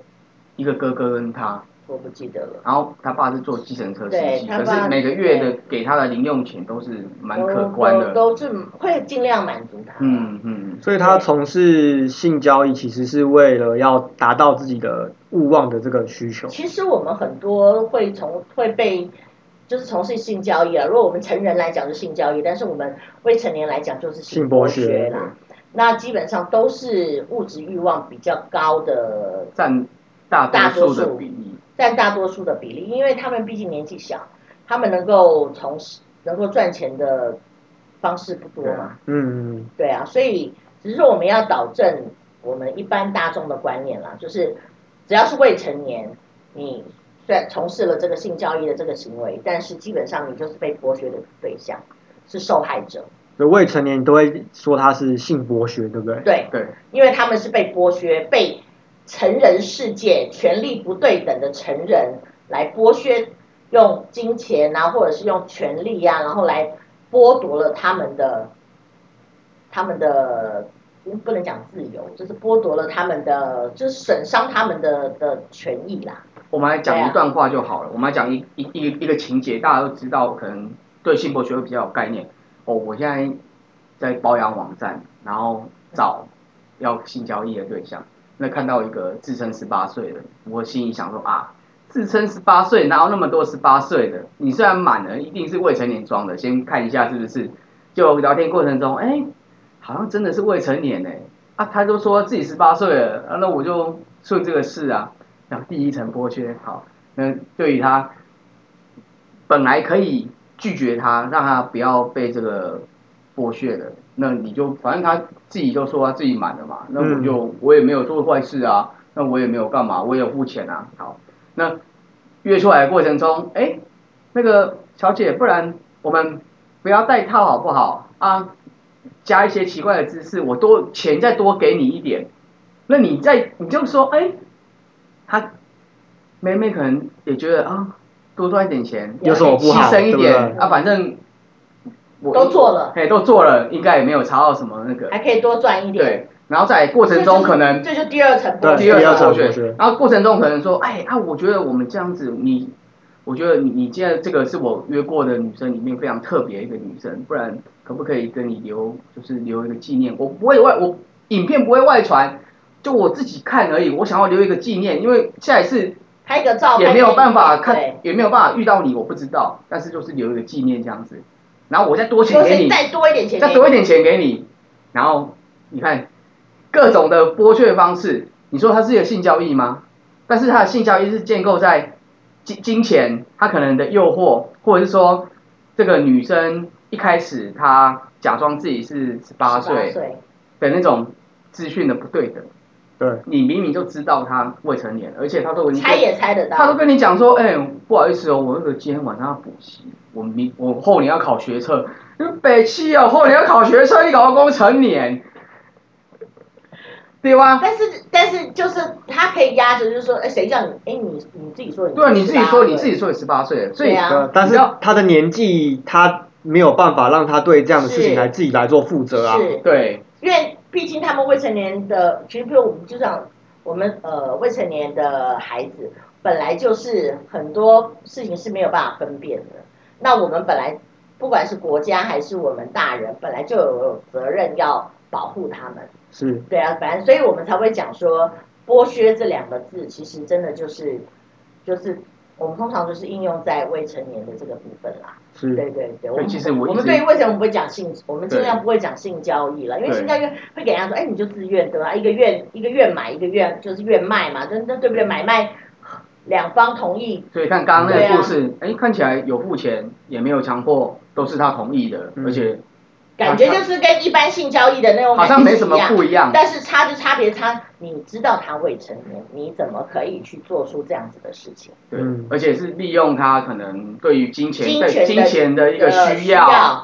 Speaker 1: 一个哥哥跟他，
Speaker 2: 我不记得了，
Speaker 1: 然后他爸是做计程车司
Speaker 2: 对
Speaker 1: 机，
Speaker 2: 他
Speaker 1: 可
Speaker 2: 爸
Speaker 1: 是每个月的给他的零用钱都是蛮可观
Speaker 2: 都
Speaker 1: 的，
Speaker 2: 都是会尽量满足他。，
Speaker 1: 嗯嗯，
Speaker 5: 所以他从事性交易其实是为了要达到自己的欲望的这个需求。
Speaker 2: 其实我们很多会从会被。就是从事性交易啊，如果我们成人来讲是性交易，但是我们未成年来讲就是
Speaker 5: 性
Speaker 2: 剥
Speaker 5: 剥
Speaker 2: 削
Speaker 5: 削
Speaker 2: 啦。那基本上都是物质欲望比较高的
Speaker 1: 占大
Speaker 2: 大多
Speaker 1: 多数的
Speaker 2: 数
Speaker 1: 比例，
Speaker 2: 占大多数的比例，因为他们毕竟年纪小，他们能够从事能够赚钱的方式不多嘛，
Speaker 5: 嗯，嗯
Speaker 2: 对啊，所以只是说我们要导正我们一般大众的观念啦，就是只要是未成年，你虽然从事了这个性交易的这个行为，但是基本上你就是被剥削的对象，是受害者，
Speaker 5: 所以未成年都会说他是性剥削，对不对？
Speaker 2: 对，
Speaker 1: 对
Speaker 2: 因为他们是被剥削，被成人世界权力不对等的成人来剥削，用金钱啊，或者是用权力啊，然后来剥夺了他们的他们的嗯不能讲自由，就是剥夺了他们的，就是损伤他们的的权益啦。
Speaker 1: 我们来讲
Speaker 2: 对啊
Speaker 1: 一段话就好了，我们来讲一一一个一个情节，大家都知道，可能对性博学会比较有概念。哦，我现在在包养网站，然后找要性交易的对象，那看到一个自称十八岁的，我心里想说啊，自称十八岁哪有那么多十八岁的？你虽然满了，一定是未成年装的，先看一下是不是。就聊天过程中，哎、好像真的是未成年呢、啊，他都说自己十八岁了，啊那我就顺这个事啊。然后第一层剥削，好，那对于他本来可以拒绝他，让他不要被这个剥削的，那你就反正他自己就说他自己满了嘛，那我就、我也没有做坏事啊，那我也没有干嘛，我也有付钱啊，好，那约出来的过程中，哎，那个小姐，不然我们不要带套好不好啊？加一些奇怪的姿势，我多钱再多给你一点，那你再你就说，哎，他妹妹可能也觉得啊，多赚一点钱，
Speaker 5: 有什么不好
Speaker 1: 牺牲一点
Speaker 5: 对不对
Speaker 1: 啊，反正我
Speaker 2: 都做了
Speaker 1: 哎，都做了，应该也没有查到什么那个，
Speaker 2: 还可以多赚一点。
Speaker 1: 对，然后在过程
Speaker 2: 这就
Speaker 1: 中
Speaker 2: 是
Speaker 1: 可能
Speaker 2: 这就第二层
Speaker 5: 对
Speaker 2: 剥
Speaker 1: 第
Speaker 2: 削
Speaker 1: 二
Speaker 5: 第二
Speaker 1: 场
Speaker 5: 场
Speaker 2: 了。
Speaker 1: 我觉
Speaker 5: 我觉
Speaker 1: 得
Speaker 5: 得，
Speaker 1: 然后过程中可能说，哎啊，我觉得我们这样子，你，我觉得你你现在这个是我约过的女生里面非常特别一个女生，不然可不可以跟你留，就是留一个纪念？我不会外，我影片不会外传，就我自己看而已，我想要留一个纪念，因为下一次
Speaker 2: 拍个照
Speaker 1: 也没有办
Speaker 2: 拍
Speaker 1: 法
Speaker 2: 个
Speaker 1: 看
Speaker 2: 影，
Speaker 1: 也没有办法遇到你，我不知道，但是就是留一个纪念这样子，然后我再多
Speaker 2: 片
Speaker 1: 钱
Speaker 2: 对，就
Speaker 1: 给
Speaker 2: 是
Speaker 1: 你，
Speaker 2: 再多一点钱，
Speaker 1: 再多一点钱给你，然后你看各种的剥削方式，你说它是一个性交易吗？但是它的性交易是建构在金金钱，它可能的诱惑，或者是说这个女生一开始她假装自己是十八岁
Speaker 2: 岁，
Speaker 1: 的那种资讯的不对等，
Speaker 5: 对，
Speaker 1: 你明明就知道她未成年，而且她都已经
Speaker 2: 猜也猜得到。
Speaker 1: 他都跟你讲说，哎、不好意思哦，我那个今天晚上要补习，我明我后年要考学测，你北七哦，后年要考学测，你搞到工成年，对吧？
Speaker 2: 啊但是但是就是他可以压着，就是说，哎，谁叫你？哎，你你自己说你
Speaker 1: 对啊，你自己说你自己
Speaker 2: 18
Speaker 1: 说你十八岁了，所以
Speaker 2: 对啊
Speaker 5: 对啊但
Speaker 1: 你
Speaker 5: 是
Speaker 1: 知道
Speaker 5: 他的年纪，他没有办法让他对这样的事情
Speaker 2: 是
Speaker 5: 来自己来做负责啊。
Speaker 2: 是
Speaker 1: 对
Speaker 2: 因为毕竟他们未成年的，其实比如我们就像我们呃未成年的孩子，本来就是很多事情是没有办法分辨的。那我们本来不管是国家还是我们大人，本来就有责任要保护他们。
Speaker 5: 是，
Speaker 2: 对啊，反正所以我们才会讲说剥削这两个字，其实真的就是就是我们通常就是应用在未成年的这个部分啦。
Speaker 5: 是
Speaker 2: 对对对，我们
Speaker 1: 嗯其实我
Speaker 2: 我
Speaker 1: 一
Speaker 2: 们
Speaker 1: 直
Speaker 2: 对于为什么不会讲性，我们尽
Speaker 1: 对
Speaker 2: 量不会讲性交易了，因为
Speaker 1: 对
Speaker 2: 性交易会给人家说，哎，你就自愿对吧？一个愿一个愿买，一个愿就是愿卖嘛，那那对不对？买卖两方同意，
Speaker 1: 所以看刚刚那
Speaker 2: 对
Speaker 1: 个
Speaker 2: 啊
Speaker 1: 故事，哎、看起来有付钱，也没有强迫，都是他同意的，
Speaker 5: 嗯
Speaker 1: 而且
Speaker 2: 感觉就是跟一般性交易的那种
Speaker 1: 好
Speaker 2: 感觉
Speaker 1: 像没什么
Speaker 2: 是一样
Speaker 1: 不一样。
Speaker 2: 但是差就差别差，你知道他未成年，你怎么可以去做出这样子的事情？
Speaker 1: 对
Speaker 5: 嗯，
Speaker 1: 而且是利用他可能对于金钱、
Speaker 2: 金
Speaker 1: 对
Speaker 2: 钱的
Speaker 1: 金钱的一个
Speaker 2: 呃
Speaker 1: 需
Speaker 2: 需要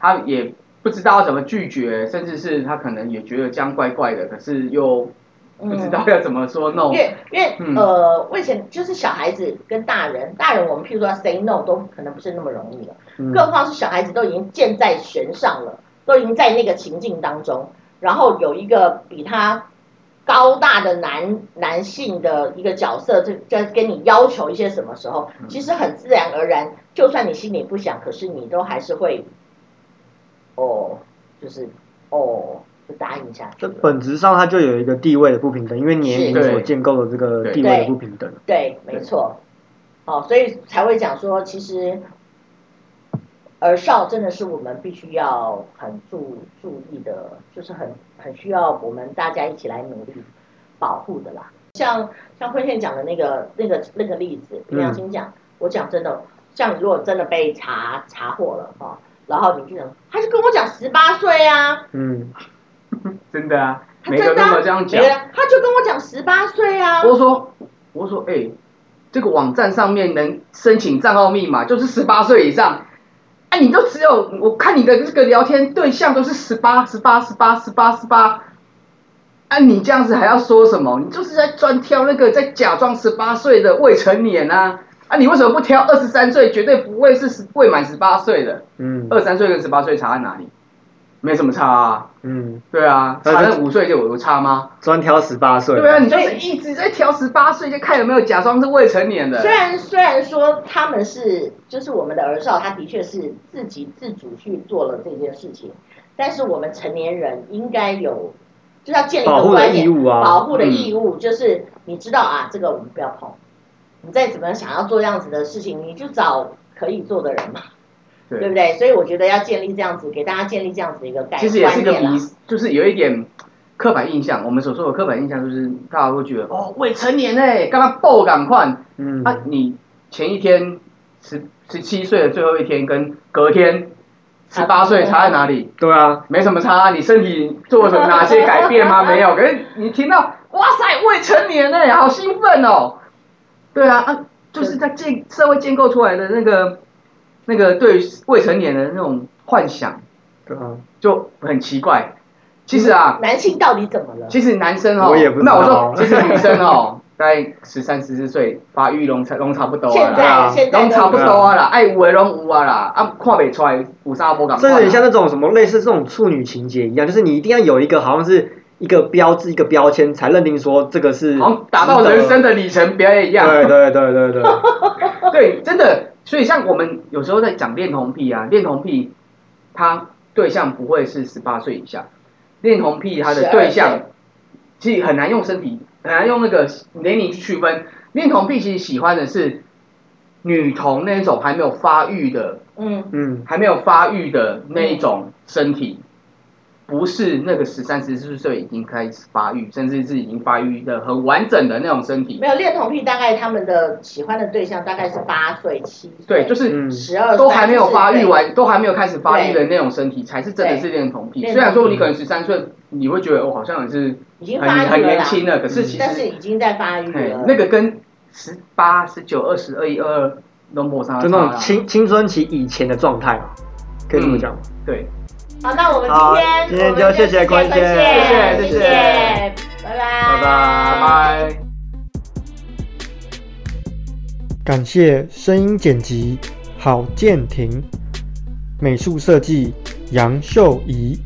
Speaker 1: 他也不知道怎么拒绝，甚至是他可能也觉得这样怪怪的，可是又不知道要怎么说 no
Speaker 2: 嗯因。为因为、
Speaker 1: 嗯
Speaker 2: 呃，为什么就是小孩子跟大人，大人我们譬如说要 say no 都可能不是那么容易了，
Speaker 5: 嗯
Speaker 2: 更何况是小孩子都已经箭在弦上了，都已经在那个情境当中，然后有一个比他高大的男男性的一个角色，就就跟你要求一些什么时候，
Speaker 5: 嗯
Speaker 2: 其实很自然而然，就算你心里不想，可是你都还是会，哦，就是哦，就答应下去
Speaker 5: 这
Speaker 2: 了。
Speaker 5: 本质上它就有一个地位的不平等，因为年龄
Speaker 1: 是
Speaker 5: 所建构的这个
Speaker 1: 对
Speaker 5: 地位的不平等。
Speaker 2: 对，没错。哦，所以才会讲说，其实儿少真的是我们必须要很注注意的，就是很很需要我们大家一起来努力保护的啦。像像坤宪讲的那个那个那个例子，
Speaker 5: 嗯
Speaker 2: 林良心讲，我讲真的，像你如果真的被查查获了哈、哦，然后你就想，他就跟我讲十八岁啊，
Speaker 5: 嗯，
Speaker 1: 真的啊，
Speaker 2: 他
Speaker 1: 每个
Speaker 2: 真的、
Speaker 1: 都
Speaker 2: 啊
Speaker 1: 有这样，
Speaker 2: 每
Speaker 1: 讲
Speaker 2: 个。人他就跟我讲十八岁啊，
Speaker 1: 我说，我说，哎、这个网站上面能申请账号密码就是十八岁以上。啊，你都只有我看你的这个聊天对象都是十八、十八、十八、十八、十八。啊，你这样子还要说什么？你就是在专挑那个在假装十八岁的未成年啊！啊，你为什么不挑二十三岁？绝对不会是十未满十八岁的，
Speaker 5: 嗯
Speaker 2: 呃
Speaker 1: 二十三岁跟十八岁差在哪里？没什么差啊，
Speaker 5: 嗯，
Speaker 1: 对啊，
Speaker 5: 那就
Speaker 1: 差那五岁就有有差吗？
Speaker 5: 专挑十八岁，
Speaker 1: 对啊，你就是一直在挑十八岁，就看有没有假装是未成年的
Speaker 2: 虽。然虽然说他们是，就是我们的儿少，他的确是自己自主去做了这件事情，但是我们成年人应该有，就是要建立一个
Speaker 5: 保护的
Speaker 2: 观
Speaker 5: 义务
Speaker 2: 念，
Speaker 5: 啊
Speaker 2: 保护
Speaker 1: 嗯
Speaker 2: 的义务就是你知道啊，这个我们不要碰，你再怎么想要做这样子的事情，你就找可以做的人嘛，对不
Speaker 1: 对，
Speaker 2: 对？所以我觉得要建立这样子，给大家建立这样子的一个概
Speaker 1: 其实也是
Speaker 2: 观
Speaker 1: 一个
Speaker 2: 念啊
Speaker 1: 迷
Speaker 2: 啦。，
Speaker 1: 就是有一点刻板印象。我们所说的刻板印象，就是大家会觉得哦，未成年哎，干嘛爆赶快？
Speaker 5: 嗯，
Speaker 1: 啊，你前一天十十七岁的最后一天跟隔天十八岁差在哪里？
Speaker 5: 对啊，
Speaker 1: 没什么差、你身体做了什么哪些改 变吗？没有。可是你听到哇塞未成年呢、好兴奋哦！对啊，啊，就是在建社会建构出来的那个那个对于未成年的那种幻想
Speaker 5: 对啊，
Speaker 1: 就很奇怪。其实啊，
Speaker 2: 男性到底怎么了？
Speaker 1: 其实男生哦，
Speaker 5: 我也不知
Speaker 1: 那
Speaker 5: 道
Speaker 1: 我说，其实女生哦， 大概十三十四岁发育拢差拢差不多啊
Speaker 2: 现
Speaker 1: 啦。
Speaker 2: 在
Speaker 5: 啊
Speaker 2: 现在
Speaker 1: 拢
Speaker 2: 都
Speaker 1: 差不多啊啦，爱有的拢有啊啦，啊看袂出来有啥无共
Speaker 5: 这有点像
Speaker 1: 啊那
Speaker 5: 那种什么类似这种处女情节一样，就是你一定要有一个好像是一个标志、一个标签，才认定说这个是
Speaker 1: 好像达到人生
Speaker 5: 的。
Speaker 1: 的里程碑一样。
Speaker 5: 对对对对 对，
Speaker 1: 对，真的，所以像我们有时候在讲恋童癖啊，恋童癖，他对象不会是十八岁以下，恋童癖他的对
Speaker 2: 12
Speaker 1: 象
Speaker 2: 岁，
Speaker 1: 其实很难用身体，很难用那个年龄去区分。恋童癖其实喜欢的是女童那种还没有发育的
Speaker 2: 嗯，
Speaker 5: 嗯，
Speaker 1: 还没有发育的那一种身体，不是那个十三、十四岁已经开始发育，甚至是已经发育的很完整的那种身体
Speaker 2: 没。有恋童癖，大概他们的喜欢的对象大概是八岁、七岁，
Speaker 1: 对，就是
Speaker 5: 嗯
Speaker 2: 十二
Speaker 1: 都还没有发育完，都还没有开始发育的那种身体，才是真的是
Speaker 2: 对
Speaker 1: 恋童癖。
Speaker 2: 恋童癖
Speaker 1: 虽然说你可能十三岁，你会觉得哦我好像也是
Speaker 2: 已经
Speaker 1: 很
Speaker 2: 发育了啦
Speaker 1: 很年轻了，可是
Speaker 5: 嗯
Speaker 1: 其
Speaker 2: 但是
Speaker 1: 实
Speaker 2: 已经在发育
Speaker 1: 嘿
Speaker 2: 了。
Speaker 1: 那个跟十八、十九、二十、二一、二二都抹上
Speaker 5: 就那种青青春期以前的状态嘛，
Speaker 1: 嗯
Speaker 5: 可以这么讲吗。
Speaker 1: 对。
Speaker 2: 好，那我们
Speaker 5: 好
Speaker 2: 今天
Speaker 5: 今天
Speaker 2: 我们
Speaker 5: 就谢谢
Speaker 2: 坤
Speaker 5: 坤
Speaker 2: 谢
Speaker 5: 姐
Speaker 1: 谢
Speaker 2: 谢
Speaker 1: 谢谢谢
Speaker 2: 拜拜，
Speaker 5: 拜拜
Speaker 1: 拜拜。
Speaker 3: 感谢声音剪辑郝建廷，美术设计杨秀仪。